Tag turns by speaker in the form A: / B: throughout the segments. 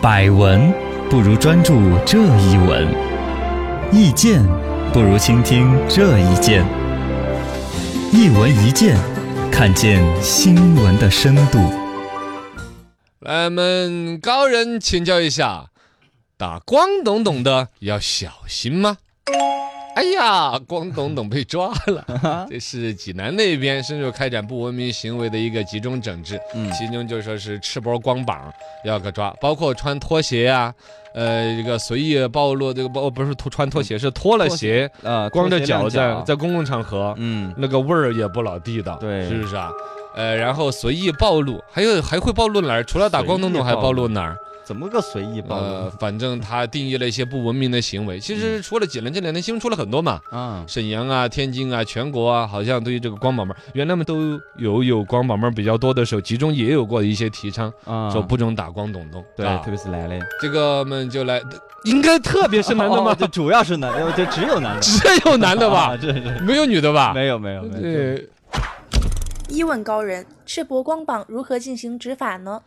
A: 百闻不如专注这一闻，意见不如倾听这一见。一闻一见，看见新闻的深度。
B: 来，我们高人请教一下，打光懂懂的要小心吗？哎呀，光懂懂被抓了，这是济南那边深入开展不文明行为的一个集中整治，其中就说是赤膊光膀要个抓，包括穿拖鞋啊，呃，这个随意暴露这个包哦不是脱穿拖鞋，是脱了
C: 脱
B: 鞋，
C: 呃，
B: 光着
C: 拖鞋
B: 脚
C: 晾
B: 在在公共场合，
C: 嗯，
B: 那个味儿也不老地道，
C: 对
B: 是不是啊？呃，然后随意暴露，还有还会暴露哪儿？除了打光东东，还暴露哪儿？
C: 怎么个随意暴
B: 呃
C: 露，嗯
B: 反正他定义了一些不文明的行为。其实除了济南，这两天新闻出了很多嘛，
C: 啊？
B: 沈阳啊、天津啊、全国啊，好像对于这个光膀妹儿，原来们都有有光膀妹儿比较多的时候，其中也有过一些提倡，
C: 啊，
B: 说不准打光东东。
C: 对，
B: 啊
C: 特别是男的，
B: 这个我们就来，应该特别是男的
C: 哦
B: 吗？
C: 就主要是男的，就只有男的，
B: 只有男的吧
C: 啊？这是
B: 没有女的吧？
C: 没有没有没有，
B: 对。
D: 一问高人，赤膊光膀如何进行执法呢？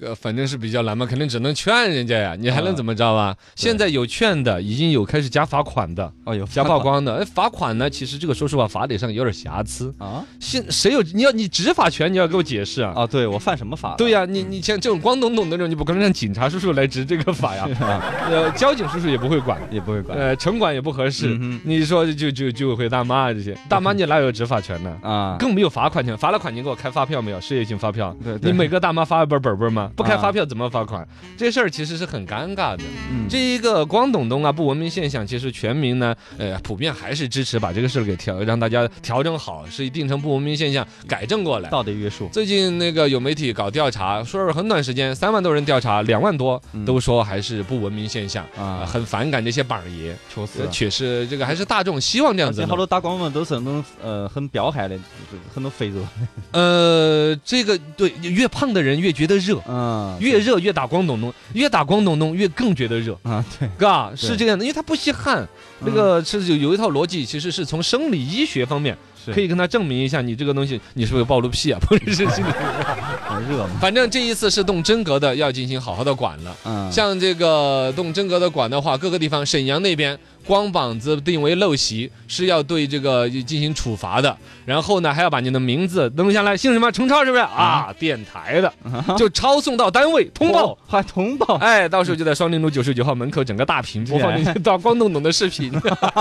B: 呃，反正是比较难嘛，肯定只能劝人家呀，你还能怎么着啊？现在有劝的，已经有开始加罚款的，
C: 哦有
B: 加曝光的。哎，罚款呢，其实这个说实话，法理上有点瑕疵。
C: 啊
B: 现谁有你要你执法权，你要给我解释啊。
C: 啊！对我犯什么法了？
B: 对呀、你你像这种光懂懂的这种，你不可能让警察叔叔来执这个法呀，
C: 啊，
B: 呃，交警叔叔也不会管，
C: 也不会管
B: 呃，城管也不合适。
C: 嗯
B: 你说就就居委会大妈啊这些，大妈你哪有执法权呢？
C: 哼啊，
B: 更没有罚款权，罚了款你给我开发票没有？事业性发票，
C: 对对
B: 你每个大妈发一本本本吗？不开
C: 啊
B: 发票怎么罚款？这事儿其实是很尴尬的。
C: 嗯
B: 这一个光懂懂啊不文明现象，其实全民呢，呃，普遍还是支持把这个事儿给调，让大家调整好，是定成不文明现象，改正过来。
C: 道德约束
B: 最近那个有媒体搞调查，说是很短时间，三万多人调查，两万多
C: 嗯
B: 都说还是不文明现象，啊，
C: 啊，
B: 很反感这些板儿爷，
C: 愁死
B: 呃
C: 了。
B: 确实这个还是大众希望这样
C: 而
B: 子
C: 且
B: 弄。
C: 好多打光棍都是那种呃很彪悍的，就是很多肥肉，
B: 呃，这个对，越胖的人越觉得热。
C: 嗯
B: 越热越打光懂懂，越打光懂懂越更觉得热，
C: 啊对，
B: 嘎，
C: 对
B: 是这样的，因为它不吸汗，那
C: 嗯
B: 个是有有一套逻辑，其实是从生理医学方面
C: 是
B: 可以跟他证明一下，你这个东西你是不是暴露癖啊？不是， 是是，
C: 很热嘛，
B: 反正这一次是动真格的，要进行好好的管了。
C: 嗯
B: 像这个动真格的管的话，各个地方，沈阳那边光膀子定为陋习，是要对这个进行处罚的。然后呢，还要把你的名字登下来，姓什么？程超是不是
C: 嗯
B: 啊？电台的，就抄送到单位通报
C: 哦。还通报，
B: 哎，到时候就在双林路九十九号门口整个大屏播放这些到光懂懂的视 频，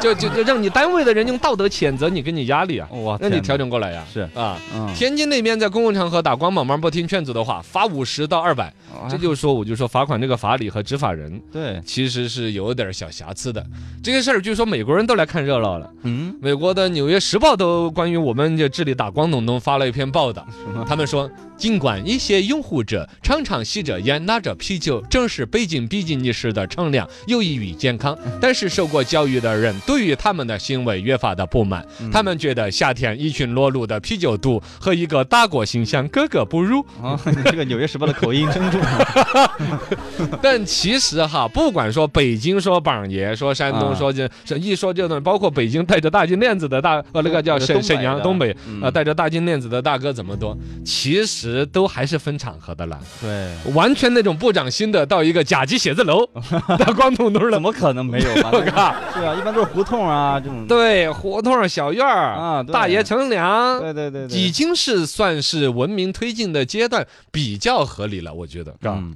B: 就就就让你单位的人用道德谴责你，给你压力啊，
C: 哇，
B: 让你
C: 哦天
B: 调
C: 哪，
B: 整过来呀、
C: 是
B: 啊。
C: 嗯，
B: 天津那边在公共场合打光膀膀不听劝阻的话，罚五十到二百，这
C: 这
B: 就说我就说罚款这个法理和执法人
C: 对，
B: 其实是有点小瑕疵的。这个事儿据说美国人都来看热闹了，
C: 嗯，
B: 美国的《纽约时报》都关于我们这治理打光懂懂发了一篇报道，
C: 什么？
B: 他们说，尽管一些拥护者常常吸着烟、拿着啤酒，正是背景比基尼式的敞亮，有益于健康，
C: 嗯
B: 但是受过教育的人对于他们的行为越发的不满。
C: 嗯
B: 他们觉得夏天一群裸露的啤酒肚和一个大国形象格格不 入。
C: 啊，你这个《纽约时报》的口音真 重啊！
B: 但其实哈，不管说北京说榜爷，说山东
C: 啊
B: 说这这一说这东西，包括北京带着大金链子的大呃那个叫
C: 东北
B: 沈沈阳
C: 的
B: 东北
C: 嗯
B: 呃带着大金链子的大哥怎么多，其实都还是分场合的啦。
C: 对，
B: 完全那种不长心的，到一个甲级写字 楼，打光头头了
C: 怎，么可能没有吧？
B: 我靠！
C: 是啊，一般都是胡同啊这种。
B: 对，胡同小院儿
C: 啊对
B: 大爷乘凉，
C: 对对对
B: 已
C: 对，
B: 经是算是文明推进的阶段，比较合理了，我觉得。
C: 嗯，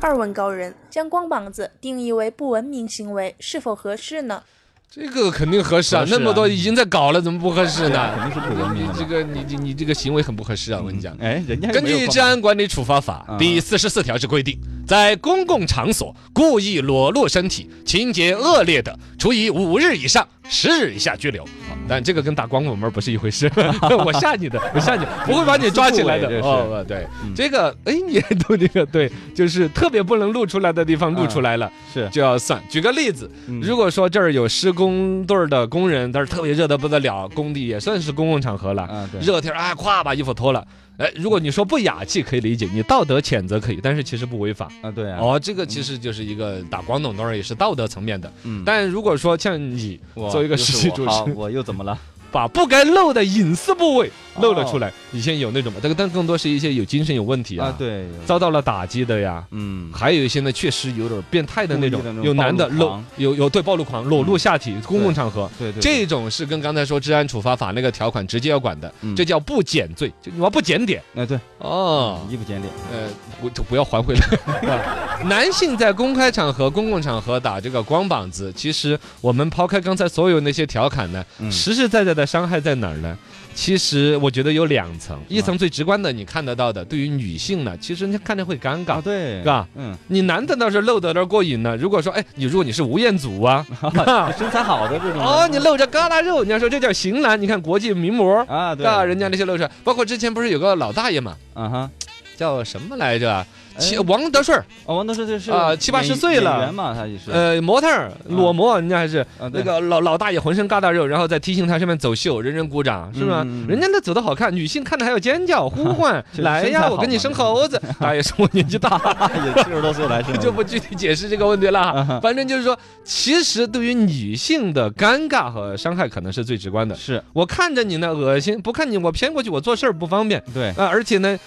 D: 二问高人，将光膀子定义为不文明行为是否合适呢？
B: 这个肯定合适啊
C: 合，适啊
B: 那么多已经在搞了，怎么不合适
C: 肯
B: 呢？
C: 定是不文
B: 你
C: 明的
B: 这
C: 嘛。
B: 个你你你这个行为很不合适啊，我跟你讲。
C: 哎，人 家
B: 根据《治安管理处罚法》第
C: 啊
B: 四十四条之规定，在公共场所故意裸露身体、情节恶劣的，处以五日以上十日以下拘留。但这个跟打光棍门不是一回事， 我吓你的，我吓你，不会把你抓起来 的
C: 这。是
B: 哦，不对，
C: 嗯
B: 这个哎，你也都这个对，就是特别不能露出来的地方露出来了
C: 是，嗯
B: 就要算。举个例子，如
C: 果
B: 果说这儿有施工队儿的工人，但是特别热的不得了，工地也算是公共场合了。
C: 啊对，
B: 热天儿啊，咵把衣服脱了。哎，如果你说不雅气可以理解，你道德谴责可以，但是其实不违法。
C: 啊对啊，
B: 哦，这个其实就是一个打广东当然也是道德层面的。
C: 嗯，
B: 但如果说像你
C: 我
B: 作为一个
C: 又是
B: 实习
C: 我
B: 主持
C: 好，我又怎么了？
B: 把不该露的隐私部位露了出
C: 哦
B: 来。以前有那种嘛，但但更多是一些有精神有问题
C: 啊
B: 啊，，
C: 对，有
B: 遭到了打击的呀。
C: 嗯，
B: 还有一些呢，确实有点变态的那种
C: 故意的那，种
B: 有男的
C: 暴露
B: 露
C: 狂，
B: 有有对暴露狂裸露
C: 嗯
B: 下体，公共场合，
C: 对对，对
B: 这种是跟刚才说治安处罚法那个条款直接要管的，
C: 嗯
B: 这叫不检罪，就你要不检点
C: 哎对，
B: 哦。
C: 衣不检点，
B: 呃，我就不要还回来。 男性在公开场合、公共场合打这个光膀子，其实我们抛开刚才所有那些调侃呢，
C: 嗯
B: 实实在在的伤害在哪儿呢？其实我觉得有两层，
C: 嗯
B: 一层最直观的你看得到的，对于女性呢，其实人家看着会尴尬
C: 啊。对，
B: 是吧？
C: 嗯，
B: 你男的倒是露得有点过瘾呢。如果说，哎，你如果你是吴彦祖 啊， 啊
C: 身材好的这种
B: 哦，你露着疙瘩肉，你要说这叫型男，你看国际名模，
C: 啊，对，
B: 啊，人家那些露出来，包括之前不是有个老大爷嘛，
C: 啊哈，
B: 叫什么来着？七
C: 哎
B: 王德顺儿，
C: 哦，王德顺这是
B: 啊七八十
C: 演
B: 岁了
C: 演员嘛，他也是，
B: 呃，模特儿裸模，人家还是那
C: 啊对
B: 个老老大爷浑身疙瘩肉，然后在 T 型台上面走秀，人人鼓掌，是吧
C: 嗯嗯？嗯，
B: 人家那走的好看，女性看着还要尖叫呼 唤
C: 就是
B: 来
C: 身材
B: 呀，
C: 好
B: 我跟你
C: 嘛
B: 生猴子。 大爷说我年纪大，
C: 也七十多岁了，是吧
B: 就不具体解释这个问题了。反正就是说，其实对于女性的尴尬和伤害，可能是最直观的。
C: 是
B: 我看着你呢，恶心；不看你，我偏过去，我做事儿不方便。
C: 对，
B: 啊，而且呢，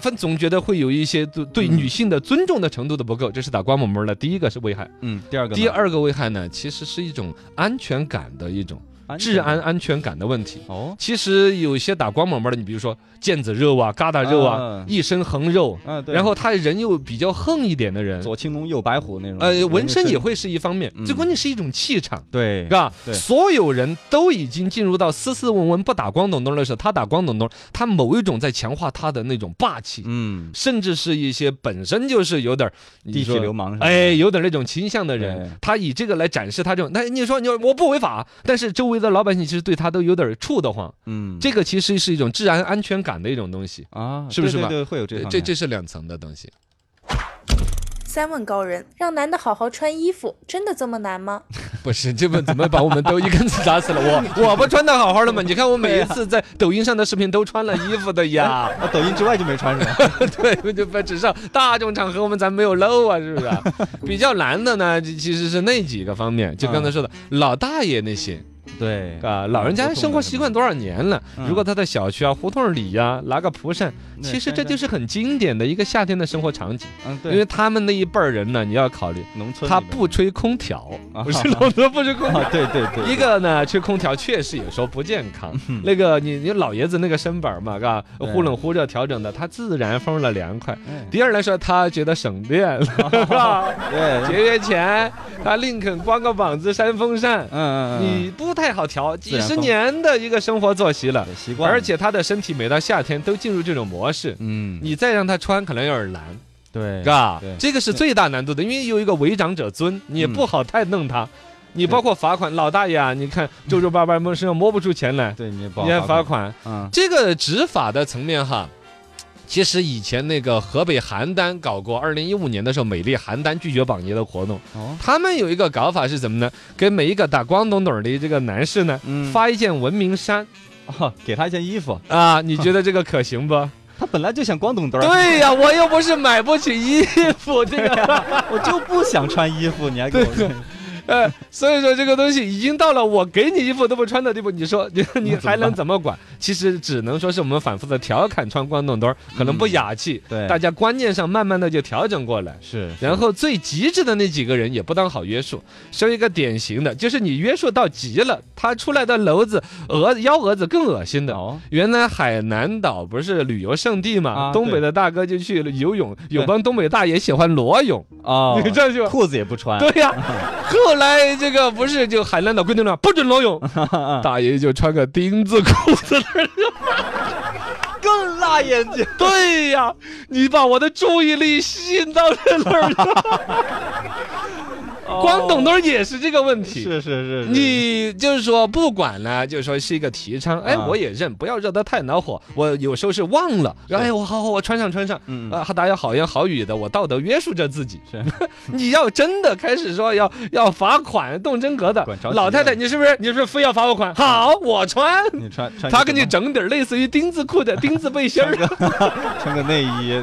B: 分总觉得会有一些对对
C: 嗯
B: 女性的尊重的程度的不够，这是打光母门的第一个是危害，
C: 嗯，第二个呢
B: 第二个危害呢，其实是一种安全感的一种
C: 安全
B: 治安安全感的问题。
C: 啊哦，
B: 其实有些打光母门的，你比如说腱子肉啊、疙瘩肉啊
C: 啊、
B: 一身横肉，
C: 嗯对，
B: 然后他人又比较横一点的人，
C: 左青龙右白虎那种，
B: 呃，纹身也
C: 会
B: 会是一方面，
C: 嗯
B: 最关键是一种气场。
C: 对，
B: 啊，
C: 对
B: 所有人都已经进入到斯斯文文不打光东东的时候，他打光东东，他某一种在强化他的那种霸气，
C: 嗯，
B: 甚至是一些本身就是有点儿
C: 地痞流。
B: 你说
C: 氓是吧，
B: 哎，有点那种倾向的人
C: 哎，
B: 他以这个来展示他这种，那你说你说我不违法，但是周围的老百姓其实对他都有点儿怵得慌，
C: 嗯，
B: 这个其实是一种治安安全感的一种东西，
C: 啊，
B: 是不是
C: 对
B: 嘛
C: 对对，会有这
B: 这
C: 方
B: 这
C: 面
B: 这是两层的东西。
D: 三问高人，让男的好好穿衣服，真的这么难吗？
B: 不是，这不怎么把我们都一竿子打死了？ 我我不穿的好好的吗？你看我每一次在抖音上的视频都穿了衣服的 呀。
C: 啊，抖音之外就没穿是吧？
B: 对，就不只是大众场合我们咱没有漏啊，是不是啊？比较难的呢，就其实是那几个方面，就刚
C: 嗯
B: 才说的老大爷那些
C: 对，
B: 啊，老人家生活习惯多少年了，
C: 嗯
B: 如果他在小区啊、胡同里呀、拿个蒲扇，
C: 那
B: 其实这
C: 山
B: 就是很经典的一个夏天的生活场景。
C: 嗯，对，
B: 因为他们那一辈儿人呢，你要考虑，
C: 农村
B: 他
C: 里面
B: 不吹空调，
C: 啊
B: 不是老多不吹空调。
C: 啊，对对 对，嗯
B: 一个呢，吹空调确实有时候不健康。那个你你老爷子那个身板儿嘛，嘎，
C: 对
B: 忽冷忽热调整的，他自然风了凉快。
C: 哎
B: 第二来说，他觉得省电，是 吧？
C: 对，
B: 节约钱，他宁肯光个膀子扇风扇
C: 嗯。嗯嗯，
B: 你不太好调，几
C: 然
B: 十
C: 风
B: 年的一个生活作息了
C: 对，习惯了，
B: 而且他的身体每到夏天都进入这种模式。
C: 嗯，
B: 你再让他穿，可能有点难，
C: 对，
B: 嘎
C: 对，
B: 这个是最大难度的，因为有一个违长者尊，你也
C: 嗯
B: 不好太弄他。你包括罚款，老大爷啊，你 看皱皱巴巴摸身上摸不出钱来，
C: 对，你也不好
B: 你还罚
C: 款，
B: 款，
C: 嗯，
B: 这个执法的层面哈，其实以前那个河北邯郸搞过，二零一五年的时候，美丽邯郸拒绝榜爷的活动，
C: 哦，
B: 他们有一个搞法是怎么呢？给每一个打光懂懂的这个男士呢，
C: 嗯，
B: 发一件文明衫
C: 哦给他一件衣服，
B: 啊，你觉得这个可行不？
C: 他本来就想光懂得儿，
B: 对呀、我又不是买不起衣服，这个
C: 我就不想穿衣服，你还给我
B: 呃，所以说这个东西已经到了我给你衣服都不穿的地步，你说你你还能怎么管？其实只能说是我们反复的调侃穿光懂懂，可能不雅气，
C: 对
B: 大家观念上慢慢的就调整过来。
C: 是，
B: 然后最极致的那几个人也不当好约束，说一个典型的，就是你约束到极了，他出来的篓子、蛾幺蛾子更恶心的。
C: 哦，
B: 原来海南岛不是旅游胜地嘛，
C: 啊
B: 东北
C: 对
B: 的大哥就去游泳，有帮东北大爷喜欢裸泳，
C: 哦，
B: 你这就。
C: 裤子也不穿，
B: 对呀、后来这个不是就海南岛规定了不准裸 泳，大爷就穿个丁字裤子在那儿
C: 更辣眼睛，
B: 对呀、你把我的注意力吸引到这那儿了。 光懂懂也哦是这个问题。
C: 是是是，是
B: 你就是说不管呢，就是说是一个提倡，哎，
C: 啊
B: 我也认，不要热得太恼火。我有时候是忘了，然后哎，我好好，我穿上穿上，
C: 嗯
B: 啊，大家好言好语的，我道德约束着自己。
C: 是，
B: 你要真的开始说要要罚款、动真格的
C: 管着，急
B: 老太太，
C: 了
B: 你是不是你是不是非要罚我款？好，我穿，
C: 你穿穿
B: 她
C: 个
B: 给你
C: 什么
B: 整点儿类似于丁字裤的丁字背心儿，
C: 穿个内 衣，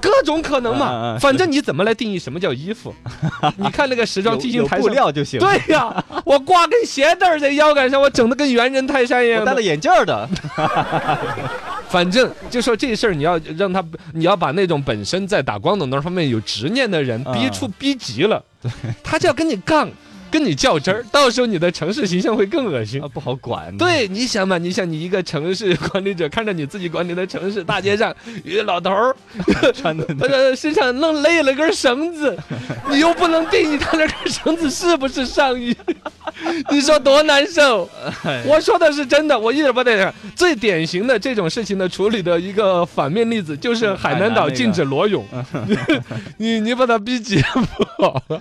B: 各种可能
C: 嗯嗯
B: 嘛。
C: 是
B: 反正你怎么来定义什么叫衣服？你看那个时尚
C: 有
B: 提醒
C: 有
B: 台
C: 布
B: 上。
C: 料就行。，
B: 对呀、我挂根鞋带儿在腰杆上，我整的跟猿人泰山一样
C: 我戴
B: 的
C: 了。眼镜儿的，
B: 反正就说这事儿，你要让他，你要把那种本身在打光懂那方面有执念的人
C: 嗯
B: 逼出逼急了，他就要跟你杠，跟你较真儿， 到时候你的城市形象会更恶心
C: 啊。不好管。，
B: 对，你想嘛，你想你一个城市管理者看着你自己管理的城市大街上，一个老头儿，
C: 穿 的
B: 他的身上弄勒了根绳子，你又不能定义他那根绳子是不是上衣， 你说多难受？我说的是真的，我一点不带讲。最典型的这种事情的处理的一个反面 例子，就是海南岛禁止裸泳，你你把他逼急了不？